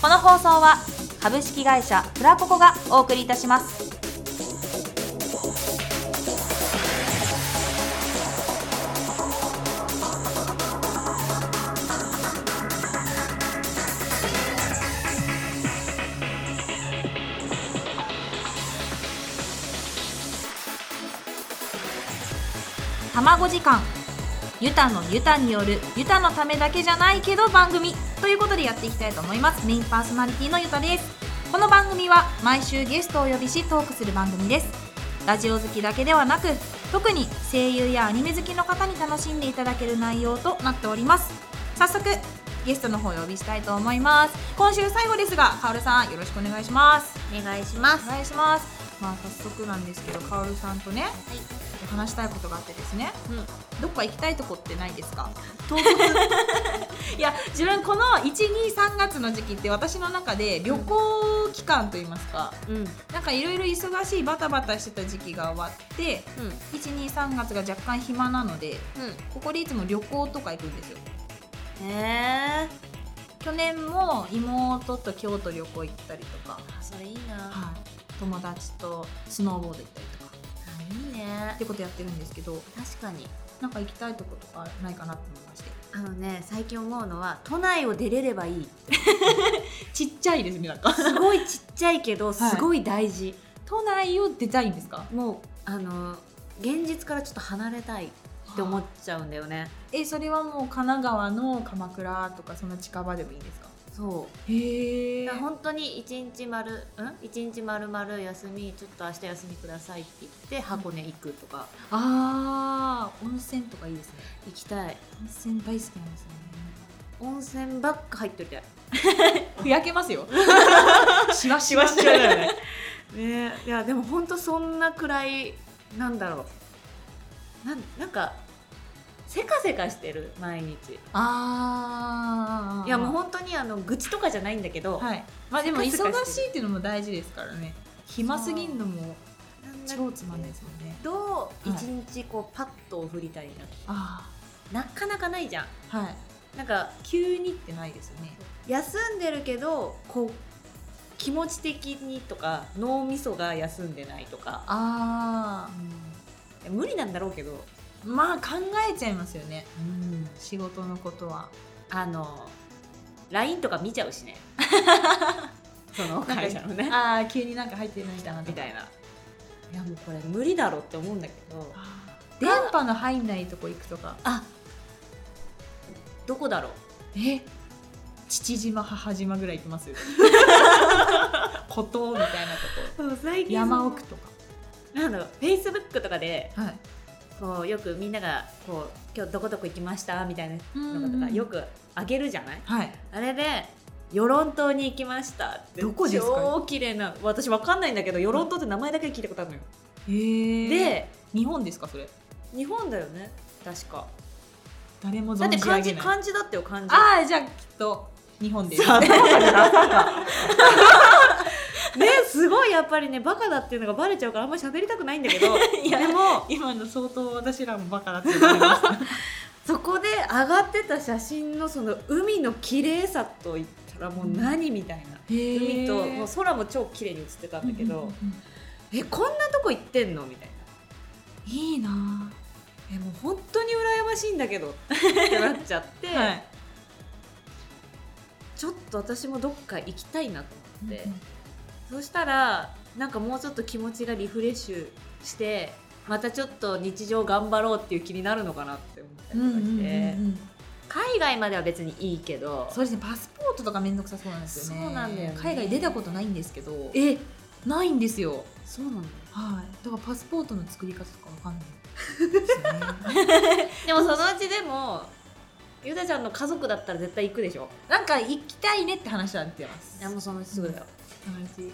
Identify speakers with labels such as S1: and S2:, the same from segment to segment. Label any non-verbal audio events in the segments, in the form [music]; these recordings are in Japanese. S1: この放送は株式会社フラココがお送りいたします。卵時間ユタのユタによるユタのためだけじゃないけど番組ということでやっていきたいと思いますメインパーソナリティのユタですこの番組は毎週ゲストをお呼びしトークする番組ですラジオ好きだけではなく特に声優やアニメ好きの方に楽しんでいただける内容となっております早速ゲストの方をお呼びしたいと思います今週最後ですがカオルさんよろしくお願いします
S2: お願いしま
S1: お願いしますまあ早速なんですけどカオルさんとね話したいことがあってですね
S2: うん、
S1: どっか行きたいとこってないですか？ [laughs] いや自分この123月の時期って私の中で旅行期間といいますか、
S2: うん、
S1: なんかいろいろ忙しいバタバタしてた時期が終わって123月が若干暇なのでここでいつも旅行とか行くんですよ。
S2: うん、へえ、
S1: 去年も妹と京都旅行行ったりとか、
S2: あ、それいいな。
S1: はい、友達とスノーボード行ったりとか
S2: あいいね
S1: っ。てことやってるんですけど
S2: 確かに。
S1: なんか行きたいとことかないかなって思いまして
S2: あのね、最近思うのは、都内を出れればいい。
S1: ちっちゃいですねなんか。
S2: すごいちっちゃいけ [laughs] ど、すごい大事。
S1: 都内を出たいんですか
S2: もう、あの、現実からちょっと離れたいって思っちゃうんだよね。
S1: えそれはもう神奈川の鎌倉とかそんな近場でもいいんですか
S2: そ
S1: へ
S2: う。だから本当に一日丸、うん、一日丸々休み、ちょっと明日休みくださいって言って、箱根行くとか。
S1: あー温泉とかいいですね
S2: 行きたい。
S1: 温泉大好きなんですよね
S2: 温泉ばっか入っとりたい。
S1: ふやけますよ [laughs] しわしわしち
S2: ゃうよねねいやでも本当そんなくらいなんだろうなんなんかせかせかしてる毎日
S1: [laughs] あー
S2: いやもう本当にあの愚痴とかじゃないんだけど、
S1: はいまあでも忙
S2: せかせか
S1: しいっていうのも大事ですからね暇すぎんのも
S2: なんだ
S1: 超つまんないですもんね
S2: どう
S1: はい
S2: 一日こうパッと振りたいな、
S1: あ
S2: なかなかないじゃん
S1: あはい
S2: なんか
S1: 急にってないですよね
S2: 休んでるけどこう気持ち的にとか脳みそが休んでないとか
S1: あ
S2: 無理なんだろうけど、
S1: あまあ考えちゃいますよね仕事のことは
S2: あの LINE とか見ちゃ
S1: [laughs]
S2: うしねその会社のね
S1: ああ急になんか入ってないんだな
S2: みた
S1: い
S2: いないやもうこれ無理だろって思うんだけど
S1: 電波の入んないとこ行くとか
S2: あどこだろう
S1: え父島母島ぐらい行きます
S2: [laughs]
S1: 孤島みたいなとこ
S2: 最
S1: 山奥とか
S2: なんだろうフェイスブックとかで
S1: はい
S2: こうよくみんながこう「今日どこどこ行きました」みたいなの
S1: うん
S2: と
S1: う
S2: か
S1: ん
S2: よくあげるじゃない
S1: はい
S2: あれで「与論島に行きました」って
S1: どこですか
S2: 超綺麗な私わかんないんだけど与論島って名前だけ聞いたことあるのよ、
S1: へえで
S2: で
S1: 日本ですかそれ
S2: 日本だよね確か
S1: 誰も
S2: だっ
S1: 存
S2: て
S1: じ
S2: 漢
S1: 上
S2: 字
S1: げない
S2: 漢字だってよ漢字
S1: ああじゃあきっと日本です
S2: そう頭が [laughs] ね頭がねすごいやっぱりねバカだっていうのがバレちゃうからあんまり喋りたくないんだけど
S1: [laughs] いや
S2: でも
S1: [laughs] 今の相当私らもバカだって思いました
S2: そこで上がってた写真のその海の綺麗さといったらもう何みたいな、 [laughs] 海ともう空も超綺麗に写ってたんだけど、
S1: うんうんうん
S2: えこんなとこ行ってんのみたいない
S1: いな
S2: えもう本当に羨ましいんだけどってなっちゃ
S1: [laughs]
S2: って、
S1: ぁはい
S2: ちょっと私もどっか行きたいなと思って。そしたらなんかもうちょっと気持ちがリフレッシュしてまたちょっと日常頑張ろうっていう気になるのかなって思った
S1: う
S2: り
S1: んうんう
S2: とか
S1: ん
S2: して、
S1: うん
S2: 海外までは別にいいけど
S1: そうですねパスポートとかめんどくさそうなんですよね
S2: そうなんだよね
S1: 海外出たことないんですけど
S2: え
S1: ないんですよ
S2: そうなんだ
S1: はいだからパスポートの作り方とかわかんないですよ [laughs] ね
S2: でもそのうちでもゆたちゃんの家族だったら絶対行くでしょ
S1: なんか行きたいねって話は出てます
S2: いやもうそのうちすぐだよ
S1: 話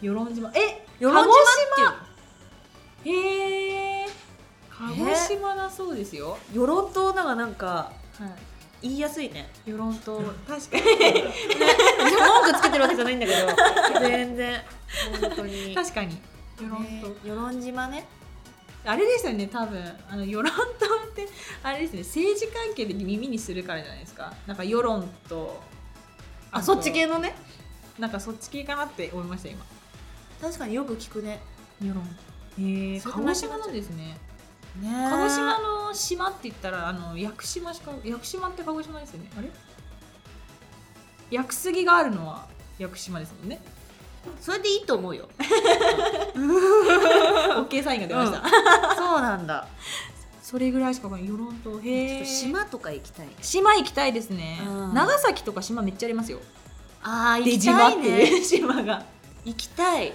S1: 与論島え
S2: 与論島
S1: 鹿児島へえ鹿児島だそうですよ、
S2: 与論島のがなんか
S1: はい
S2: 言いやすいね
S1: 与論島確か
S2: [laughs] 文句つけてるわけじゃないんだけど全然本当に
S1: に [laughs] 確かによろんと、
S2: 与論島ね
S1: あれですよね多分あの世論島ってあれですね政治関係で耳にするからじゃないですかなんか世論と
S2: あ
S1: と
S2: そっち系のね
S1: なんかそっち系かなって思いました今
S2: 確かによく聞くね
S1: 世論へえ
S2: そ
S1: 鹿
S2: んな
S1: 児島なんですね
S2: ね
S1: 鹿児島
S2: の
S1: の島って言ったらあの屋久島しか屋久島って鹿児島ですよねあれ屋久杉があるのは屋久島ですもん [laughs] ね
S2: それでいいと思うよ
S1: OK サインが出ました、
S2: う [laughs] そうなん [laughs] だ
S1: それぐらいしかわかんない世論島
S2: ちょっ
S1: へえ
S2: と島とか行きたいね
S1: 島行きたいですね、
S2: うん
S1: 長崎とか島めっちゃありますよ
S2: ああ
S1: 出
S2: 行き
S1: 島
S2: た
S1: っ
S2: い
S1: て
S2: ね
S1: いう島が
S2: 行きたい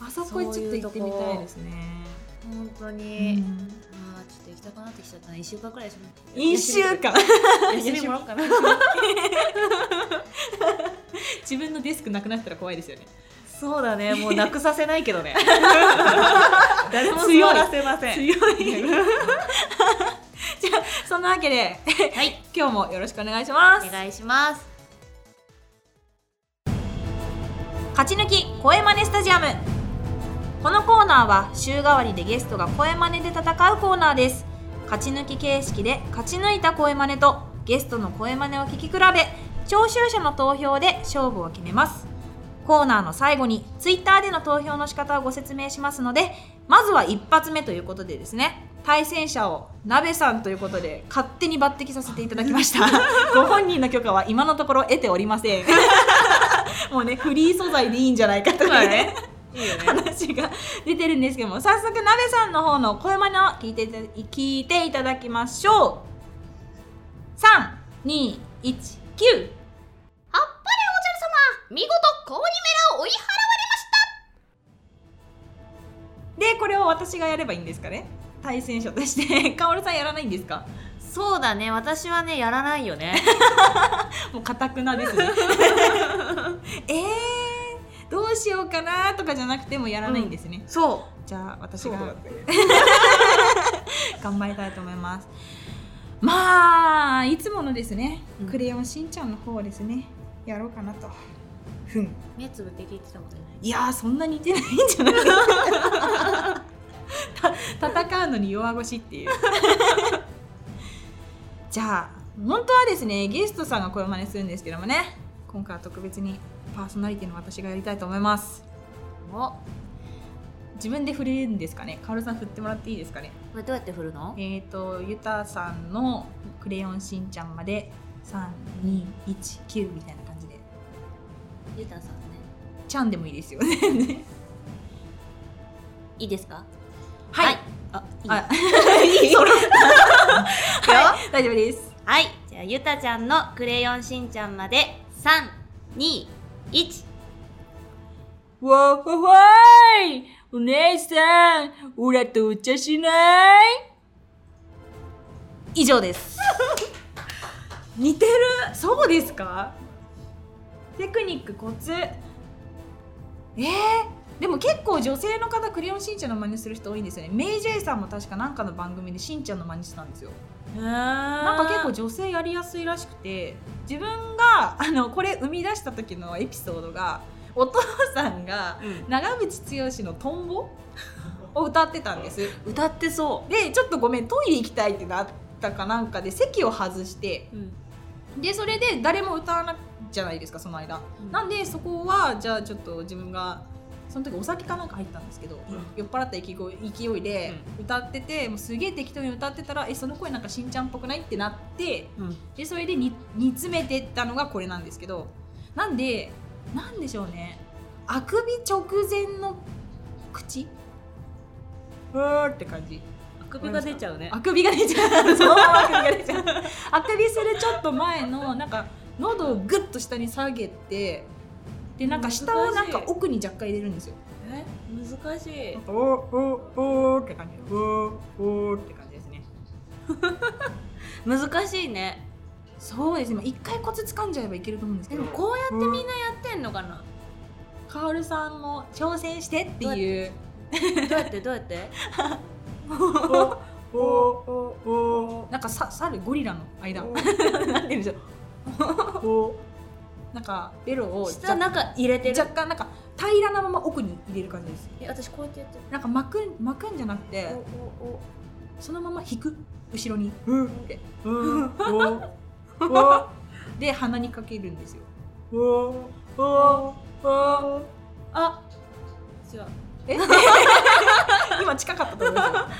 S1: あそこちょっと行ってみたいですね
S2: 本当
S1: う
S2: に、
S1: ん
S2: ああちょっと行きたくなってきちゃったな1週間くらいします
S1: 一週間
S2: 休みもらおうかな
S1: [laughs] 自分のデスクなくなったら怖いですよね
S2: [laughs] そうだ [laughs] ねもうなくさせないけど [laughs] ね誰も
S1: 強い
S2: 座らせません
S1: 強い [laughs] じゃあそんなわけで
S2: はい
S1: [laughs] 今日もよろしくお願いします
S2: お願いします
S1: 勝ち抜き声真似スタジアムこのコーナーは週替わりでゲストが声真似で戦うコーナーです勝ち抜き形式で勝ち抜いた声真似とゲストの声真似を聞き比べ聴衆者の投票で勝負を決めますコーナーの最後に Twitter での投票の仕方をご説明しますのでまずは一発目ということでですね対戦者を鍋さんということで勝手に抜擢させていただきま [laughs] したご本人の許可は今のところ得ておりま [laughs] せんもうねフリー素材でいいんじゃないかというね
S2: いいよ
S1: [laughs]
S2: ね
S1: 話が出てるんですけども早速鍋さんの方の声真似を聞いていた聞いていただきましょう3219
S3: あっぱれおじゃる様見事コーニメラを追い払われました
S1: でこれを私がやればいいんですかね対戦者として [laughs] カオルさんやらないんですか
S2: そうだね私はねやらないよね
S1: もうかたくなですねえー、どうしようかなとかじゃなくてもやらないんですね、
S2: [laughs] そ
S1: じゃあ私
S2: そうだ
S1: が頑張りたいと思いますまあいつものですね
S2: う
S1: 「
S2: ん
S1: クレヨンしんちゃん」の方をですねやろうかなとふん
S2: う目つぶって聞いてたことない
S1: いやーそんな似てないんじゃない [laughs] かなた戦うのに弱腰っていうじゃあ本当はですねゲストさんが声真似するんですけどもね今回は特別にパーソナリティの私がやりたいと思います
S2: おこ
S1: 自分で振れるんですかねカオルさん振ってもらっていいですかね
S2: れどうやって振るの
S1: えっ、とゆたさんの「クレヨンしんちゃん」まで3219みたいな感じで
S2: ゆうたさんね
S1: ちゃんでもいいですよね
S2: いいですか
S1: はい、
S2: あいい
S1: あ
S2: よ
S1: いいはい大丈夫です
S2: はいじゃあゆたちゃんの「クレヨンしんちゃん」まで321
S1: わほほいお姉さん、オラとお茶しない以上です。似てるそうですかテクニック、コツ。えー、でも結構女性の方、クレヨンしんちゃんの真似する人多いんですよね。メイジェイさんも確か何かの番組でしんちゃんの真似してたんですよ。
S2: な
S1: なんか結構女性やりやすいらしくて自分があのこれ生み出した時のエピソードがお父さんが長渕剛の「トンボ」を歌ってたんです
S2: 歌ってそ
S1: でちょっとごめんトイレ行きたいってなったかなんかで席を外して
S2: う、うん、
S1: でそれで誰も歌わないじゃないですかその間なんでそこはじゃあちょっと自分がその時お酒かなんか入ったんですけど、酔っ払った勢い勢いで歌ってて、もうすげえ適当に歌ってたらえその声なんかしんちゃんっぽくないってなって
S2: うん
S1: でそれで煮煮詰めてったのがこれなんですけどなんでなんでしょうねあくび直前の口うーって感じ
S2: あくびが出ちゃうね
S1: あくびが出ち [laughs] ゃうそのままあくびが出ちゃうあくびするちょっと前のなんか喉をグッと下に下げてでなんか下をなんか奥に若干入れるんですよ
S2: え難しい
S1: おおおーって感じおーおーって感じですね
S2: 難しいね
S1: そうですね一回コツ掴んじゃえばいけると思うんですけ
S2: で
S1: ど
S2: もこうやって
S1: うん
S2: みんなやってんのかな
S1: カオルさんも挑戦してっていう。
S2: どうやってどうやって
S1: なんかさ猿ゴリラの間。なんて言うんでしょう。なんかベロを
S2: 下
S1: 若
S2: なんか入れてる
S1: 若干なんか平らなまま奥に入れる感じです
S2: え私こうやってやってる
S1: なんか巻くん巻くんじゃなくて
S2: おおお
S1: そのまま引く後ろにうーってうーおーで鼻にかけるんですようーおーおー
S2: あ違う
S1: え今近かったと思いま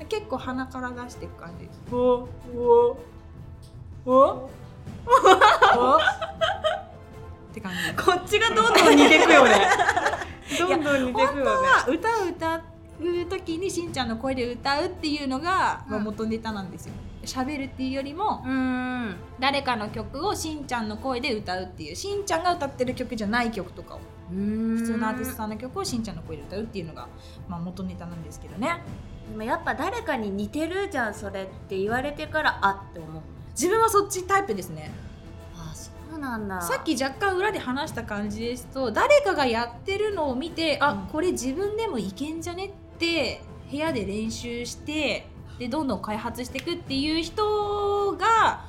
S1: す結構鼻から出していく感じですおおおおって感じ
S2: こっちがどんどん似てくよねどんどん似てく
S1: 本当
S2: よね
S1: は歌を歌う時にしんちゃんの声で歌うっていうのが、
S2: うん
S1: まあ元ネタなんですよ喋るっていうよりも、
S2: うん
S1: 誰かの曲をしんちゃんの声で歌うっていうしんちゃんが歌ってる曲じゃない曲とかを
S2: 普
S1: 普通のアーティストさんの曲をしんちゃんの声で歌うっていうのが、まあ、元ネタなんですけどね
S2: でもやっぱ誰かに似てるじゃんそれって言われてからあって思う
S1: 自分はそっちタイプですね
S2: あそうなんだ
S1: さっき若干裏で話した感じですと誰かがやってるのを見てあ、
S2: うん
S1: これ自分でもいけんじゃねって部屋で練習してでどんどん開発していくっていう人が、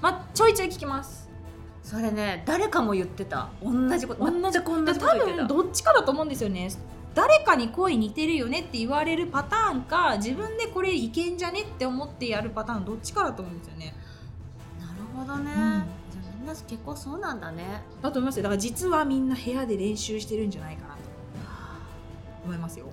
S1: まあ、ちょいちょい聞きます
S2: それね誰かも言ってた同じこと
S1: 同じ
S2: 全く
S1: だ多
S2: 同じこと言ってた
S1: 分どっちかだと思うんですよね誰かに声似てるよねって言われるパターンか自分でこれいけんじゃねって思ってやるパターンどっちかだと思うんですよね
S2: なるほどね、
S1: ん
S2: じゃあみんな結構そうなんだね
S1: だと思いますよだから実はみんな部屋で練習してるんじゃないかなと思いますよ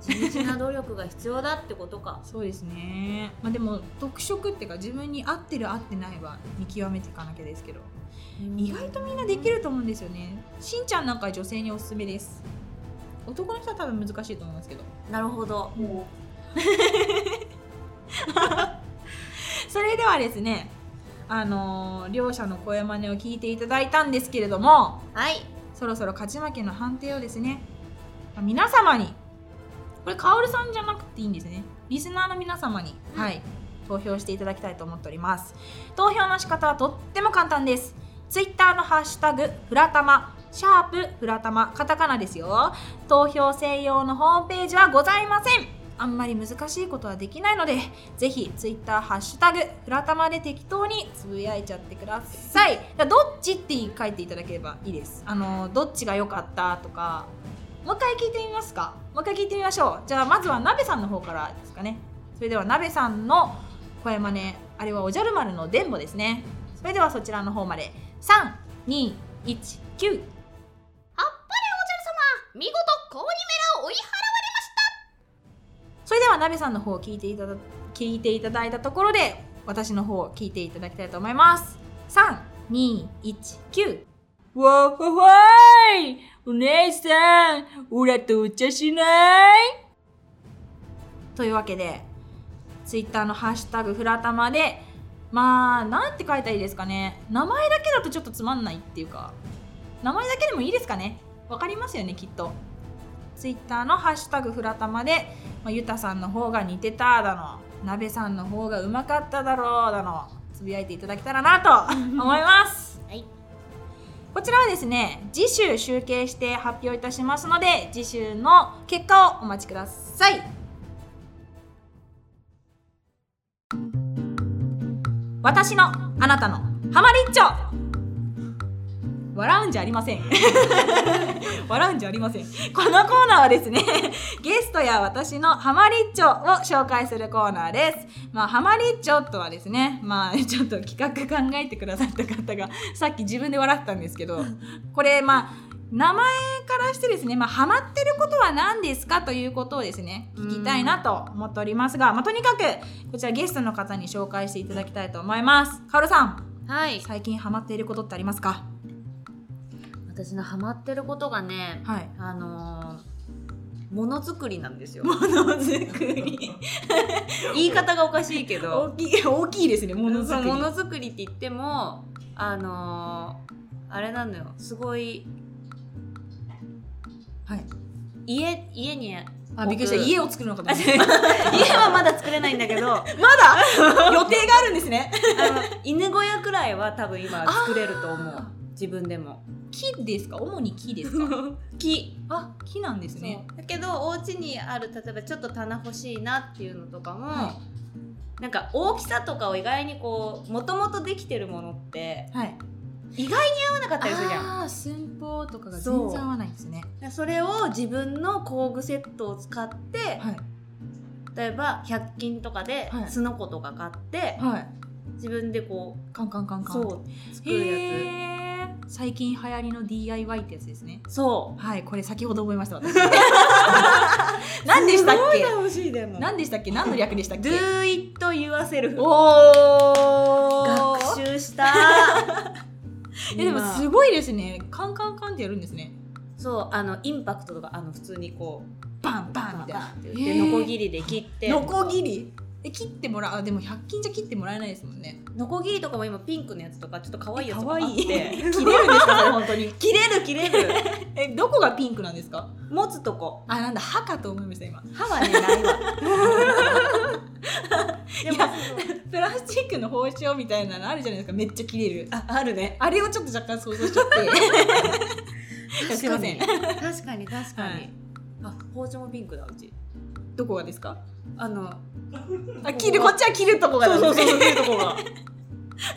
S2: 地道な努力が必要だってことか
S1: そうですね、まあ、でも特色っていうか自分に合ってる合ってないは見極めていかなきゃですけど意外とみんなできると思うんですよねしんちゃんなんか女性におすすめです男の人は多分難しいと思いますけど
S2: なるほど
S1: [laughs] それではですねあのー両者の声真似を聞いていただいたんですけれども
S2: はい
S1: そろそろ勝ち負けの判定をですねまあ皆様にこれカオルさんじゃなくていいんですねリスナーの皆様に、
S2: うん
S1: はい投票していただきたいと思っております投票の仕方はとっても簡単ですツイッターのハッシュタグフラタマシャープフラタマカタカナですよ投票専用のホームページはございませんあんまり難しいことはできないのでぜひツイッターハッシュタグフラタマで適当につぶやいちゃってくださいだからどっちって書いていただければいいですあのどっちが良かったとかもう一回聞いてみますかもう一回聞いてみましょうじゃあまずは鍋さんの方からですかねそれでは鍋さんの声真似あれはおじゃる丸の伝母ですねそれではそちらの方まで3219
S3: はっぱれおじゃる様見事コーニメラを追い払われました
S1: それでは鍋さんの方を聞いていただ聞いていただいたところで私の方を聞いていただきたいと思います3219わーわわいお姉さんオラとお茶しないというわけでツイッターのハッシュタグフラタマでまあなんて書いたらいいですかね名前だけだとちょっとつまんないっていうか名前だけでもいいですかねわかりますよねきっとツイッターのハッシュタグフラタマでまあ、ゆたさんの方が似てただの鍋さんの方がうまかっただろうだのつぶやいていただけたらなと思います、
S3: はい
S1: こちらはですね次週集計して発表いたしますので次週の結果をお待ちください私のあなたのハマリッチョ笑うんじゃありません [laughs] 笑うんじゃありませんこのコーナーはですねゲストや私のハマリッチョを紹介するコーナーです。まあ、ハマリッチョとはですね、まあ、ちょっと企画考えてくださった方が、さっき自分で笑ったんですけど、これ、まあ、名前からしてですね、まあ、ハマってることは何ですかということをですね、聞きたいなと思っておりますが、まあ、とにかく、こちらゲストの方に紹介していただきたいと思います。カオルさん、
S2: はい
S1: 最近ハマっていることってありますか
S2: 私のハマってることがね
S1: はい。
S2: あのーものづくりなんですよ
S1: ものづくり。
S2: [laughs] 言い方がおかしいけ
S1: 大
S2: ど
S1: きい、大きいですね、 [laughs] ものづ
S2: そう
S1: くり。
S2: ものづくりって言ってもあのーあれなのよすごい
S1: はい。
S2: 家家
S1: [laughs]
S2: に
S1: あ、びっくりした。
S2: 僕
S1: 家を作るのかと
S2: あ
S1: 思っ
S2: 違
S1: [laughs]
S2: う
S1: た
S2: 家はまだ作れないんだけどあの
S1: まだ予定があるんですね。
S2: 犬小屋くらいは多分今作れると思う自分
S1: [laughs]
S2: でも
S1: 木ですか主に木ですか
S2: 木
S1: あ、木なんですね。
S2: そうだけどお家にある例えばちょっと棚欲しいなっていうのとかも、
S1: は
S2: なんか大きさとかを意外にこうもともとできてるものって
S1: はい。
S2: 意外に合わなかったりするじゃん
S1: ああ寸法とかが全然合わないんですね
S2: でそれを自分の工具セットを使って、
S1: はい
S2: 例えば100均とかで
S1: はい
S2: すのことか買って、
S1: はい
S2: 自分でこ
S1: カンカンカン
S2: う
S1: カン
S2: そう作るや
S1: へえ最近流行りの DIY ってやつですね
S2: つそう
S1: はいこれ先ほど覚えました [laughs] 私何でしたっ
S2: すごい
S1: け
S2: 楽しいでも
S1: 何でしたっけ何の略でしたっけ
S2: Do it yourself
S1: おお
S2: 学習した
S1: [laughs] えでもす
S2: 今
S1: ごいですねカンカンカンってやるんですね
S2: そうあのインパクトとかあの普通にこう
S1: バンバ
S2: バ
S1: ン
S2: ン
S1: みたい
S2: バン
S1: な
S2: って言っ
S1: へ
S2: て
S1: ー
S2: ノコギリで切って
S1: ノコギリえ切ってもらうあでも100均じゃ切ってもらえないですもんね
S2: ノコギリとかも今ピンクのやつとかちょっと可愛いやつとかあっ
S1: 可
S2: て
S1: 愛い
S2: 切
S1: [laughs] 切
S2: れる [laughs]
S1: れるんですかそれ本当に
S2: 切れる切れる
S1: [laughs] えどこがピンクなんですか
S2: 持つとこ
S1: あなんだ歯かと思いました今
S2: 歯はねない [laughs] わで
S1: い
S2: も
S1: やプラスチックの包丁みたいなのあるじゃないですかめっちゃ切れる
S2: ああるね
S1: あれをちょっと若干想像しちゃって
S2: [laughs]
S1: いやすいません
S2: 確かに確かに、
S1: はい
S2: あ包丁もピンクだうち
S1: どこがですか
S2: あの
S1: あ切るこっちは切るとこが
S2: そうそうそう
S1: う
S2: そういうとこが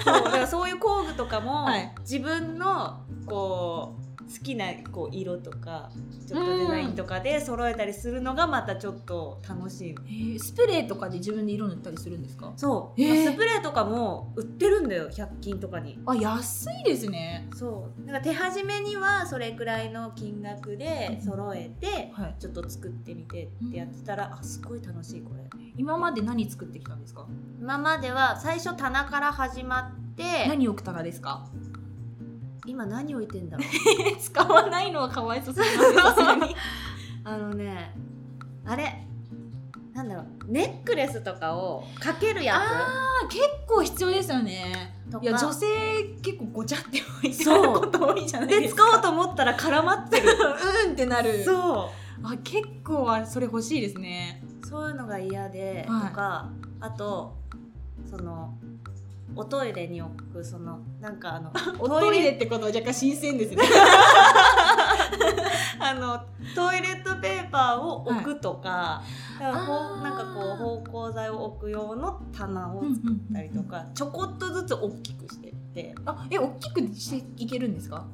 S2: そうだからそういう工具とかも、
S1: はい
S2: 自分のこう好きなこう色とかちょっとデザインとかで揃えたりするのがまたちょっと楽しい
S1: スプレーとかで自分で色塗ったりするんですか
S2: そう、
S1: へー
S2: スプレーとかも売ってるんだよ100均とかに
S1: あ安いですね
S2: そうなんか手始めにはそれくらいの金額で揃えて、
S1: はい
S2: ちょっと作ってみてってやってたら、あすごい楽しいこれ
S1: 今まで何作ってきたんですか
S2: 今までは最初棚から始まって
S1: 何置くたらですか
S2: 今何置いてんだ [laughs] ろう
S1: 使わないのはかわいそうすぎます [laughs] よさすがに
S2: [laughs] あのねあれなんだろうネックレスとかをかけるや
S1: あ結構必要ですよね
S2: つとか
S1: いや女性結構ごちゃって置いてあ
S2: そう
S1: ること多いじゃない
S2: で
S1: です
S2: 使
S1: か
S2: おうと思ったら絡ま [laughs] ってる
S1: うんってなる
S2: そう
S1: あ結構あそれ欲しいですね
S2: そういうのが嫌で、
S1: はい
S2: とかあとそのおトイレに置くそのなんかあ [laughs] の
S1: お
S2: ト
S1: ト
S2: イ
S1: イレ
S2: レ
S1: ってことは若干新鮮ですね
S2: あのトイレットペーパーを置くとか、だからこ
S1: あ
S2: う
S1: ー
S2: なんかこう芳香剤を置く用の棚を作ったりとか、ちょこっとずつ大きくしてって
S1: あえ大きくしていけるんですか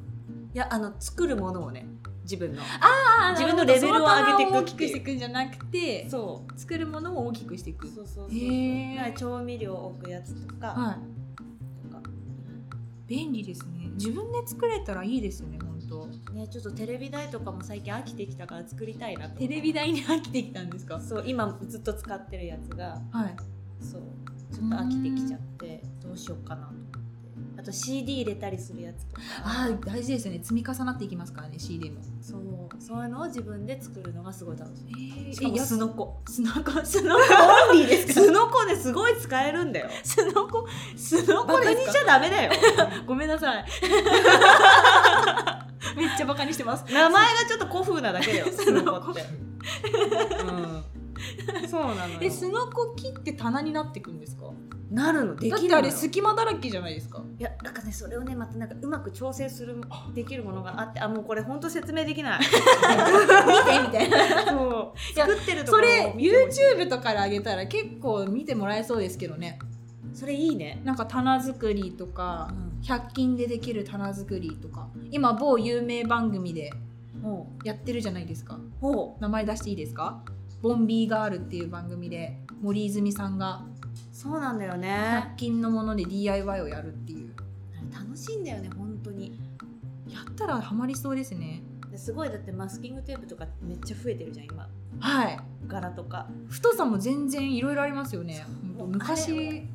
S2: いやあの作るものをね自分の
S1: あ
S2: 自分のレベルを上げていくっていう
S1: 大きくしていくんじゃなくて
S2: そ
S1: 作るものを大きくしていうく
S2: そうそうそう
S1: へ
S2: だか
S1: え
S2: ら調味料を置くやつとか,、
S1: は
S2: とか
S1: い便利ですね自分で作れたらいいですよね本当
S2: ね、ちょっとテレビ台とかも最近飽きてきたから作りたいなと
S1: テレビ台に飽きてきたんですか
S2: そう今ずっと使ってるやつが
S1: はい
S2: そうちょっと飽きてきちゃってどうしようかなと思ってあと CD 入れたりするやつとか
S1: あー大事ですよね積み重なっていきますからね CD も
S2: そうそういうのを自分で作るのがすごい楽しい
S1: え
S2: しかも
S1: や
S2: すのこ
S1: すのこすの
S2: オンリーですかすのこですごい使えるんだよ
S1: すのこすの
S2: バ
S1: こ
S2: カ
S1: で
S2: にし
S1: す
S2: ち
S1: か
S2: ゃダメだよ
S1: ごめんな [laughs] さいめっちゃバカにしてます
S2: 名前がちょっと古風なだけだよすのこって、うん、そうなの
S1: え
S2: よ
S1: すのこ切って棚になっていくんですか
S2: なるのできる
S1: だっ
S2: のよ
S1: てあれ隙間だらけじゃない [laughs] ですか
S2: いやなんかねそれをねまたなんかうまく調整するできるものがあってあもうこれ本当説明でき [laughs] ない
S1: 見てみたいな
S2: そう
S1: いや
S2: 作ってる
S1: [laughs] そ
S2: ところ
S1: れ
S2: を見てほしい
S1: YouTube とかであげたら結構見てもらえそうですけどね
S2: それいいね、
S1: なんか棚作りとか100均でできる棚作りとか今某有名番組で
S2: ほ
S1: やってるじゃないですか
S2: うほ
S1: 名前出していいですかボンビーガールっていう番組で森泉さんが
S2: うそうなんだよ
S1: 100
S2: ね
S1: 均のもので DIY をやるっていう
S2: 楽しいんだよね本当に
S1: やったらハマりそうですね
S2: ですごいだってマスキングテープとかめっちゃ増えてるじゃん今
S1: はい
S2: 柄とか
S1: 太さも全然いろいろありますよねほんと
S2: もうあ
S1: 昔
S2: れ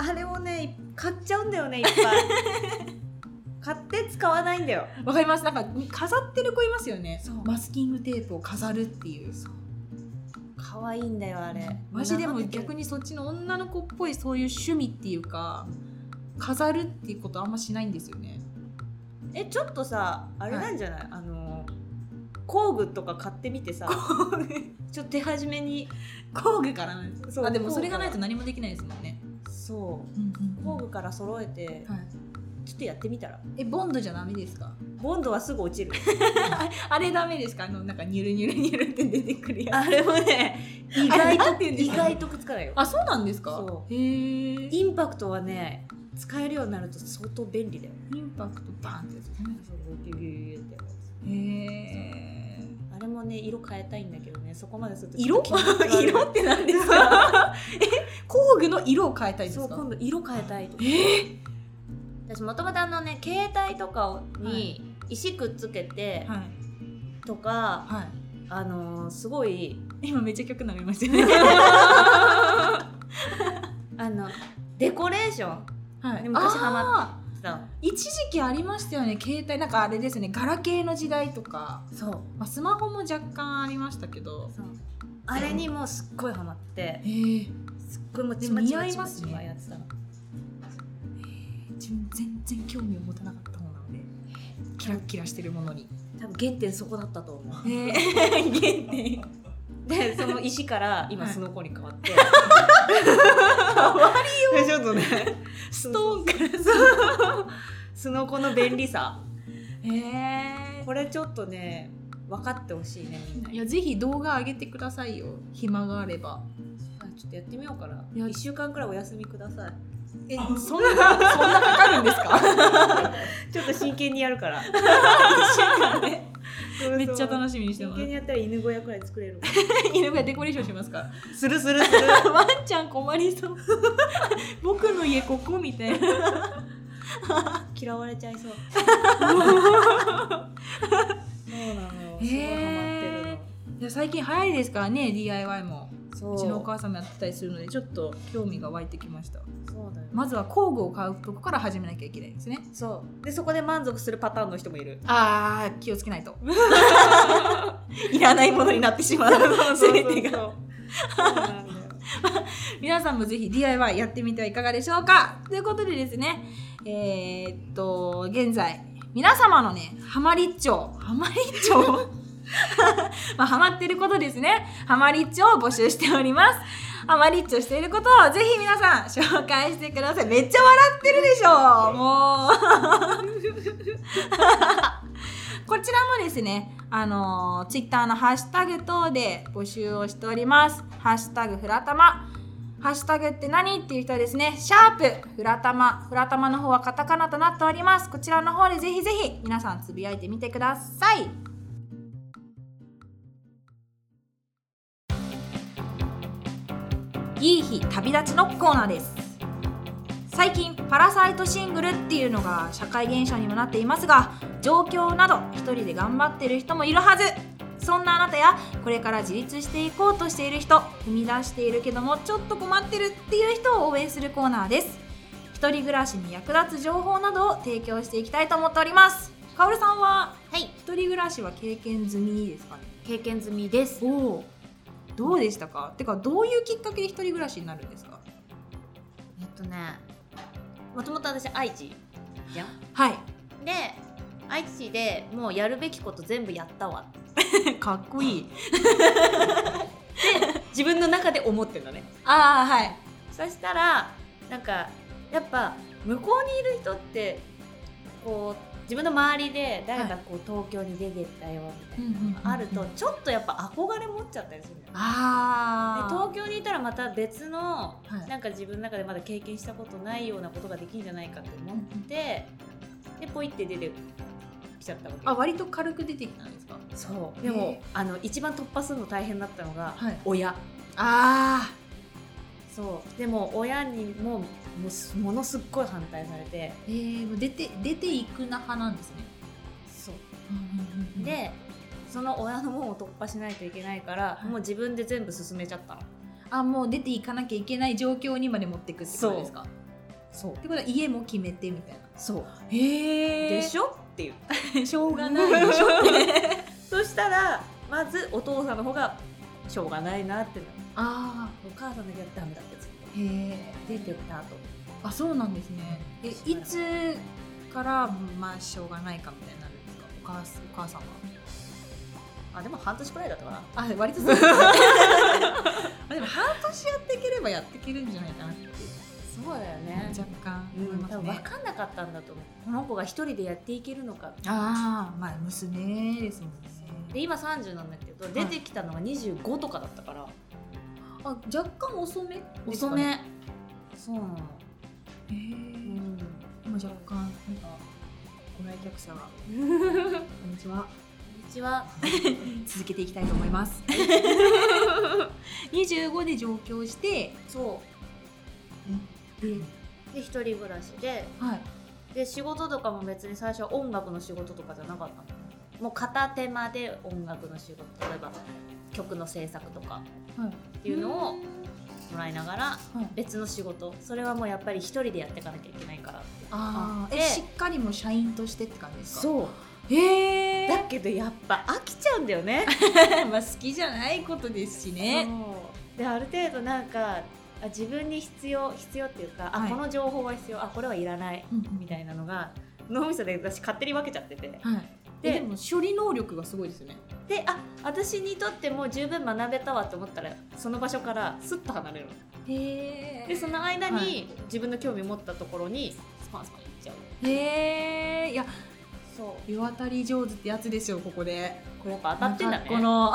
S2: あれをね買っちゃうんだよねいっぱい [laughs] 買って使わないんだよ
S1: わかりますなんか飾ってる子いますよね
S2: そう
S1: マスキングテープを飾るっていう
S2: 可愛いんだよあれ
S1: マジでも逆
S2: に
S1: にそっちの女の子っぽいそういう趣味っていうか飾るっていうことあんましないんですよね
S2: えちょっとさあれなんじゃない、あの工具とか買ってみてさちょっと手始めに
S1: 工具からなん
S2: そう
S1: あでもそれが
S2: 工具から
S1: ないと何もできないですもんね、
S2: そう
S1: うん
S2: 工具から揃えて
S1: はい、
S2: ちょっとやってみたら
S1: えボンドじゃダメですか
S2: ボンドはすぐ落ちる
S1: [laughs] あれダメですかあのなんかニュルニュルニュルって出てくるやつ
S2: [laughs] あれもね意
S1: あれ
S2: 外
S1: なん
S2: と
S1: て言うんで
S2: 意
S1: すか
S2: 外とくっつかないよ
S1: あそうなんですか
S2: そ
S1: へえ
S2: インパクトはね使えるようになると相当便利だよね
S1: インパクトバンってやつね
S2: そうギュギュギュってやつ
S1: へー
S2: あれもね色変えたいんだけどねそこまですると
S1: 色
S2: [laughs]
S1: 色って何ですかえ工具の色を変えたいんです
S2: そう
S1: か
S2: 今度色変えたいと
S1: え
S2: か
S1: ー
S2: 私もともとあのね携帯とかに石くっつけて
S1: はい
S2: とか、
S1: はい
S2: あのーすご [laughs] い
S1: 今めっちゃ曲流れましたね
S2: あのデコレーション
S1: [laughs] は
S2: で昔
S1: あー
S2: ハマってた
S1: 一時期ありましたよね携帯なんかあれですねガラケーの時代とか、
S2: そう
S1: まあ、スマホも若干ありましたけど
S2: そうあれにもうすっごいハマって
S1: えー、
S2: すっごいもう
S1: で
S2: ち
S1: も
S2: まち
S1: 似合
S2: ま
S1: い
S2: ち
S1: ま
S2: ますち
S1: ね
S2: まやってたの
S1: 自分全然興味を持たなかった方なのでキラッキラしてるものに、
S2: 多分原点そこだったと思う
S1: えー、原点
S2: でその石から今
S1: はい
S2: スノコに変わって、
S1: かわいいよ
S2: ちょっとね
S1: ストーンから
S2: スノコの便利さ
S1: え
S2: これちょっとね分かってほしいねみんな
S1: ー、い
S2: に
S1: やぜひ動画上げてくださいよ暇があれば
S2: ちょっとやってみようかない
S1: や
S2: 1週間くらいお休みください
S1: えそんなそんなかかるんです [laughs] か
S2: ちょっと真剣にやるから
S1: [laughs] めっちゃ楽
S2: し
S1: しみにして
S2: 真
S1: ます
S2: 剣にやったら犬小屋くらい作れる
S1: 犬がデコレーションし [laughs] ますから
S2: するするする
S1: ワンちゃん困りそう [laughs] 僕の家ここみたいな
S2: 嫌われちゃい [laughs] そうそうなのよすごいハマっ
S1: へ最近早いですからね DIY も
S2: てるのそう
S1: うちのお母さんもやってたりするのでちょっと興味が湧いてきました
S2: そうだよ、
S1: まずは工具を買うとこから始めなきゃいけないですね
S2: そうでそこで満足するパターンの人もい [laughs] る
S1: あー気をつけないと [laughs] いらないものになってしまう全てが
S2: そうそうなんだよ
S1: [laughs] 皆さんもぜひ DIY やってみてはいかがでしょうかということでですねえーっと現在皆様のねハマりっちょハマりっちょ [laughs] まあ、ハマってることですねハマりっちょを募集しておりますハマりっちょしていることをぜひ皆さん紹介してくださいめっちゃ笑ってるでしょもう [laughs] こちらもですねあのツイッター Twitter のハッシュタグ等で募集をしておりますハッシュタグフラタマハッシュタグって何っていう人はですね、シャープ、フラタマ、フラタマの方はカタカナとなっております。こちらの方でぜひぜひ皆さんつぶやいてみてください。いい日旅立ちのコーナーです。最近パラサイトシングルっていうのが社会現象にもなっていますが状況など一人で頑張ってる人もいるはずそんなあなたやこれから自立していこうとしている人踏み出しているけどもちょっと困ってるっていう人を応援するコーナーです一人暮らしに役立つ情報などを提供していきたいと思っておりますかおるさんは
S3: はい
S1: 一人暮らしは経験済みですかね
S3: 経験済みです
S1: おおどうでしたかてかどういうきっかけで一人暮らしになるんですか
S3: えっとね
S2: もともと私愛知じゃん
S1: はい
S3: で愛知でもうやるべきこと全部やったわ
S1: かっこいい
S2: 自分の中で思ってるのね
S1: ああはい
S2: そしたらなんかやっぱ向こうにいる人ってこう自分の周りで誰かこう東京に出てったよみたいな、あるとちょっとやっぱ憧れ持っちゃったりするんだよねで
S1: ああ
S2: 東京にいたらまた別の、
S1: はい
S2: なんか自分の中でまだ経験したことないようなことができるんじゃないかって思って、でポイって出てきちゃったわけ
S1: あ割と軽く出てきたんですか
S2: そうでも、あの一番突破するの大変だったのが、
S1: はい
S2: 親
S1: あ
S2: そうでも親にももうものすっごい反対されて
S1: えー、もう出て出ていくな派なんですね
S2: そ
S1: で
S2: うでその親の門を突破しないといけないから、
S1: い
S2: もう自分で全部進めちゃったの
S1: あもう出ていかなきゃいけない状況にまで持っていくってことですかっ
S2: そう
S1: てことは家も決めてみたいな
S2: そう
S1: へ
S2: で
S1: で
S2: し
S1: し
S2: ょっていう
S1: ょ [laughs] しょうがないでしょ [laughs] って
S2: [laughs] そしたらまずお父さんの方がしょうがないなってなる
S1: あ
S2: お母さんだけはダメだってずっと
S1: ーへえ
S2: 出てったと
S1: あそうなんですねえ
S2: そう
S1: いつからまあしょうがないかみたいになるんですかお母すお母さんは
S2: あでも半年くらいだったかな
S1: あ割
S2: [laughs]
S1: とそうあでも半年やっていければやっていけるんじゃないかなっていう
S2: そうだよね
S1: 若干
S2: う
S1: 思い
S2: ん、
S1: ま
S2: 多
S1: す
S2: 分分
S1: ね、
S2: かんなかったんだと思うこの子が一人でやっていけるのか
S1: ああまあ娘ですもんね
S2: で今30なんだけど出てきたのが25とかだったから、
S1: あ若干遅めですかね
S2: 遅めそうなの
S1: へーも若干なんかご来客者がこんにちは
S2: うちは
S1: 続けていきたいと思います [laughs] 25で上京して
S2: そうで一人暮らしで
S1: はい
S2: で仕事とかも別に最初は音楽の仕事とかじゃなかったのもう片手間で音楽の仕事例えば曲の制作とか
S1: はい
S2: っていうのをもらいながら
S1: はい
S2: 別の仕事それはもうやっぱり一人でやっていかなきゃいけないから
S1: あー
S2: で
S1: えしっかりもう社員としてって感じですか
S2: そう
S1: うへえ
S2: だけどやっぱ飽きちゃうんだよ [laughs] ね
S1: [laughs] まあ好きじゃないことですし
S2: そうである程度なんかあ自分に必要必要っていうか、
S1: はい
S2: あこの情報は必要あこれはいらないみたいなのが脳みそで私勝手に分けちゃってて
S1: はい
S2: で
S1: ででも処理能力がすごいですよね
S2: であ私にとってもう十分学べたわと思ったらその場所からスッと離れるの
S1: へ
S2: でその間に、
S1: はい
S2: 自分の興味持ったところにスパンスパンいっちゃう
S1: へえいや
S2: そう
S1: 世渡り上手ってやつですよここで
S2: これやっぱ当たってんだ
S1: なん
S2: ね
S1: かこの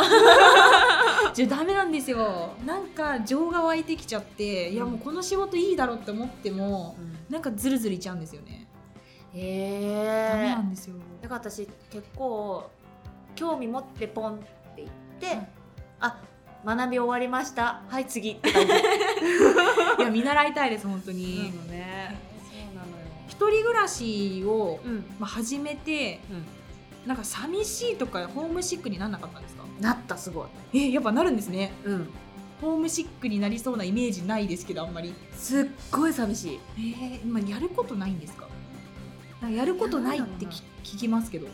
S1: [laughs] じゃダメなんですよなんか情が湧いてきちゃっていやもうこの仕事いいだろうって思ってもなんかズルズルいっちゃうんですよね
S2: へ
S1: ダメ
S2: え
S1: なんですよ
S2: だから私結構興味持ってポンっていって、
S1: はい
S2: あ学び終わりましたはい次って感じ
S1: いや見習いたいです本当に、
S2: のねそうなのよ
S1: 一人暮らしを、
S2: うん、
S1: まあ、始めてなんか寂しいとかホームシックになんなかったんですか
S2: なったすごい
S1: えやっぱなるんですね
S2: うん
S1: ホームシックになりそうなイメージないですけどあんまり
S2: すっごい寂しい
S1: えー、今やることないんですかなんかやることないってき聞きますけど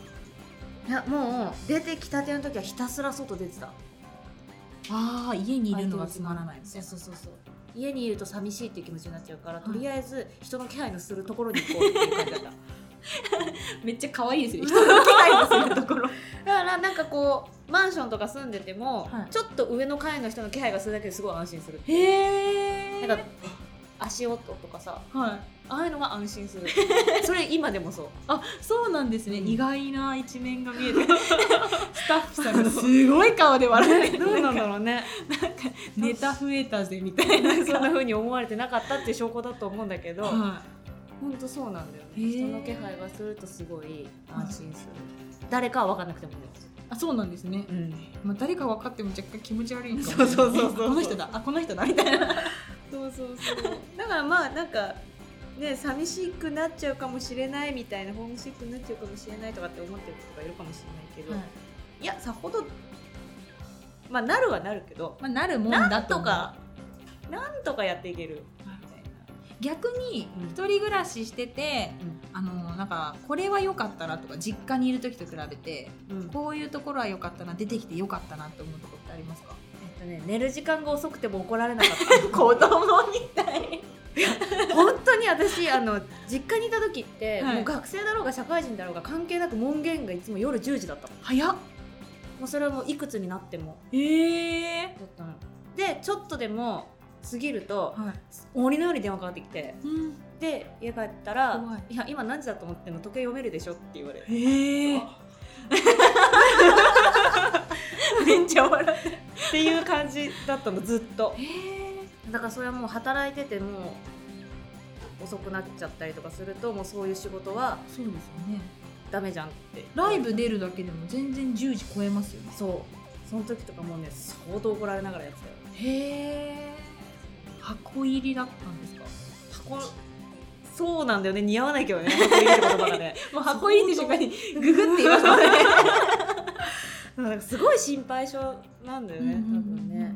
S2: いやもう出てきたての時はひたすら外出てた
S1: ああ家にいるのがつまらないみたい
S2: そう
S1: な
S2: そうそうそう家にいると寂しいっていう気持ちになっちゃうから、
S1: い
S2: とりあえず人の気配のするところに行こうっていう感じだ
S1: [laughs]
S2: っただ
S1: めっちゃ可愛いです
S2: [laughs]
S1: ね人の気配をするところ
S2: からなんかこうマンションとか住んでても、
S1: はい
S2: ちょっと上の階の人の気配がするだけですごい安心する
S1: へえ
S2: なんか足音と
S1: [laughs]
S2: かさ
S1: はい
S2: ああいうのが安心するそれ今でもそう
S1: あそうなんですね、
S2: うん
S1: 意外な一面が見
S2: [laughs]
S1: えるスタッフさんがすごい顔で笑ってる
S2: だろうね
S1: [laughs] ネタ増えたぜみたいな
S2: [laughs] そんな風に思われてなかったっていう証拠だと思うんだけど本
S1: は
S2: 当そうなんだよね
S1: へー
S2: 人の気配がするとすごい安心する誰かは分かんなくてもいいです
S1: い、あそうなんですね、
S2: ん
S1: まあ、誰か分かっても若干気持ち悪いのかも
S2: そうそうそうそう
S1: しれないこの人だあこの人だみたいな
S2: そうそうそうだからまあなんかね寂しくなっちゃうかもしれないみたいなホームシックになっちゃうかもしれないとかって思ってる人がいるかもしれないけど、い、やさほどまあなるはなるけど
S1: まあ、なるもん
S2: な
S1: だ
S2: ん
S1: と
S2: と
S1: 思う
S2: かなんとかやっていけるみたいな。
S1: 逆に
S2: うん
S1: 一人暮らししてて、
S2: うん
S1: あのなんかこれは良かったなとか実家にいる時と比べて
S2: うん、
S1: こういうところは良かったな出てきて良かったなって思うところってありますか
S2: えっとね寝る時間が遅くても怒られなかった [laughs] 子供みたい本当に私あ [laughs] の実家にいた時って、
S1: はい
S2: もう学生だろうが社会人だろうが関係なく門限がいつも夜10時だったの
S1: 早っ
S2: もうそれはもういくつになっても
S1: ええ
S2: だったのでちょっとでも過ぎると
S1: はい、
S2: 鬼のように電話かかってきて
S1: うん、
S2: で家帰ったら
S1: 怖い
S2: 「いや今何時だと思ってんの時計読めるでしょ」って言われて
S1: え [laughs] え
S2: めっちゃ笑ってっていう感じだった
S1: [laughs]
S2: のずっと
S1: ええ
S2: だからそれはもう働いてても遅くなっちゃったりとかするともうそういう仕事は
S1: そうですよね
S2: ダメじゃんって
S1: ライブ出るだけでも全然10時超えますよね
S2: そうその時とかもうね相当怒られながらやってたよ
S1: へえ箱入りだったんですか
S2: 箱そうなんだよね似合わないけどね箱入りって言葉がね
S1: もう
S2: 箱入りって瞬間
S1: に
S2: ググって言われ [laughs]
S1: たね
S2: なんかすごい心配性なんだよね多分ね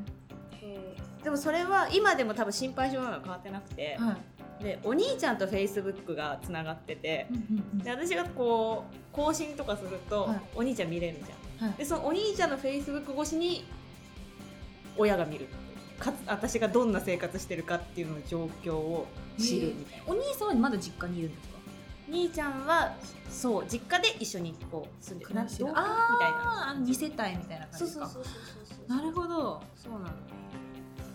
S2: でもそれは今でも多分心配性なのは変わってなくて、
S1: はい
S2: でお兄ちゃんとフェイスブックがつながってて、
S1: うんうんうん
S2: で私がこう更新とかすると、
S1: はい
S2: お兄ちゃん見れるじゃん、
S1: はい
S2: でそのお兄ちゃんのフェイスブック越しに親が見るかつ私がどんな生活してるかっていうのの状況を知るみたいな、
S1: お兄さんはまだ実家にいるんですか
S2: 兄ちゃんはそう実家で一緒にこう住んで
S1: 暮らしてるあー
S2: みたいな
S1: ああ2世帯みたいな感じですか
S2: そうそうそうそうそう
S1: なるほど
S2: そうなの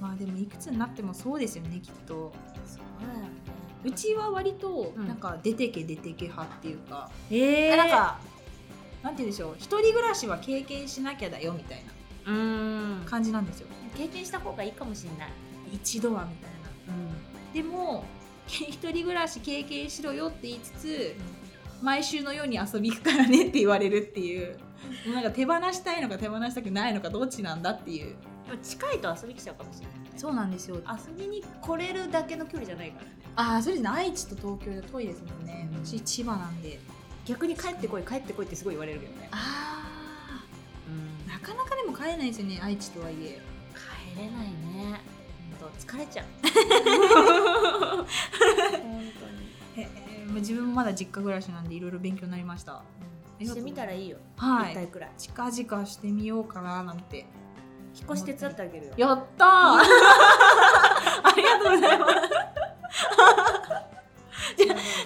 S1: まあでもいくつになってもそうですよねきっと
S2: そうだよね
S1: うちは割と
S2: うん
S1: なんか出てけ出てけ派っていうか、
S2: え
S1: あ
S2: ー、
S1: なんかなんて言うんでしょう一人暮らしは経験しなきゃだよみたいな
S2: うーん
S1: 感じなんですよ
S2: 経験した方がいいかもしれない、
S1: 一度はみたいなでも [laughs] 一人暮らし経験しろよって言いつつ、毎週のように遊び行くからねって言われるっていうもうなんか手放したいのか手放したくないのかどっちなんだっていう
S2: でも近いと遊び来ちゃうかもしれない
S1: そうなんですよあ
S2: 遊びに来れるだけの距離じゃないからね
S1: あーそうですね愛知と東京で遠いですもんね
S2: うん
S1: 私千葉なんで
S2: 逆に帰ってこい帰ってこいってすごい言われるけどね、
S1: あ
S2: うん
S1: なかなかでも帰れないですよね愛知とはいえ
S2: 帰れないね本当疲れちゃう本
S1: へえまあ自分まだ実家暮らしなんでいろいろ勉強になりました
S2: 当にしてみたらいいよ、
S1: は
S2: 一
S1: い
S2: 回くらい
S1: 近々してみようかななんて
S2: 引っ越し手伝ってあげるよ
S1: やったー [laughs] ありがとうございます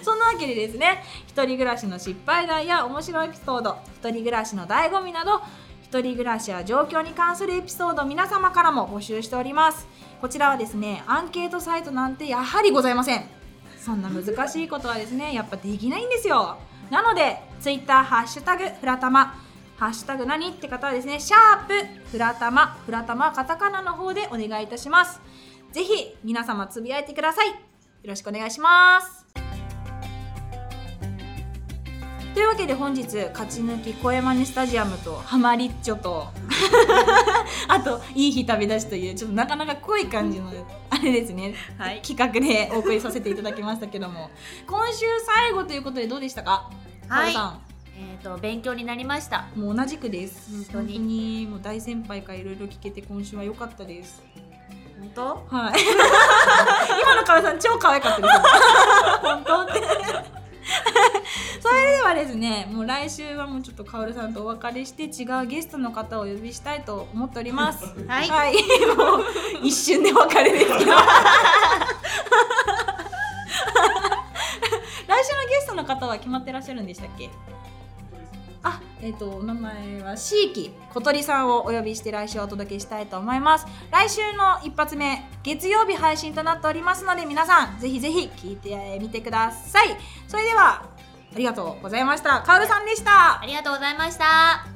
S1: そんなわけでですね一人暮らしの失敗談や面白いエピソード一人暮らしの醍醐味など一人暮らしや状況に関するエピソードを皆様からも募集しておりますこちらはですねアンケートサイトなんてやはりございませんそんな難しいことはですねやっぱできないんですよなのでツイッターハッシュタグフラタマハッシュタグ何って方はですねシャープフラタマフラタマはカタカナの方でお願いいたしますぜひ皆様つぶやいてくださいよろしくお願いしますというわけで本日勝ち抜き小山根スタジアムとハマリッチョと [laughs] あといい日旅立ちというちょっとなかなか濃い感じのあれですね、
S2: はい
S1: 企画でお送りさせていただきましたけども今週最後ということでどうでしたか、
S2: はい
S1: カオさ
S2: えっ、と勉強になりました
S1: んもう同じくです
S2: 本当に
S1: もう大先輩からいろいろ聞けて今週は良かったです
S2: 本当
S1: はい [laughs] 今のカオさん超可愛かったです
S2: 本当って
S1: [laughs] それではですねもう来週はもうちょっとカオルさんとお別れして違うゲストの方をお呼びしたいと思っております
S2: はい
S1: [laughs] もう一瞬でお別れ [laughs] ですけど来週のゲストの方は決まってらっしゃるんでしたっけあ、えっ、とお名前はシーキ小鳥さんをお呼びして来週お届けしたいと思います。来週の一発目月曜日配信となっておりますので皆さんぜひぜひ聞いてみてください。それではありがとうございました。カオルさんでした。
S2: ありがとうございました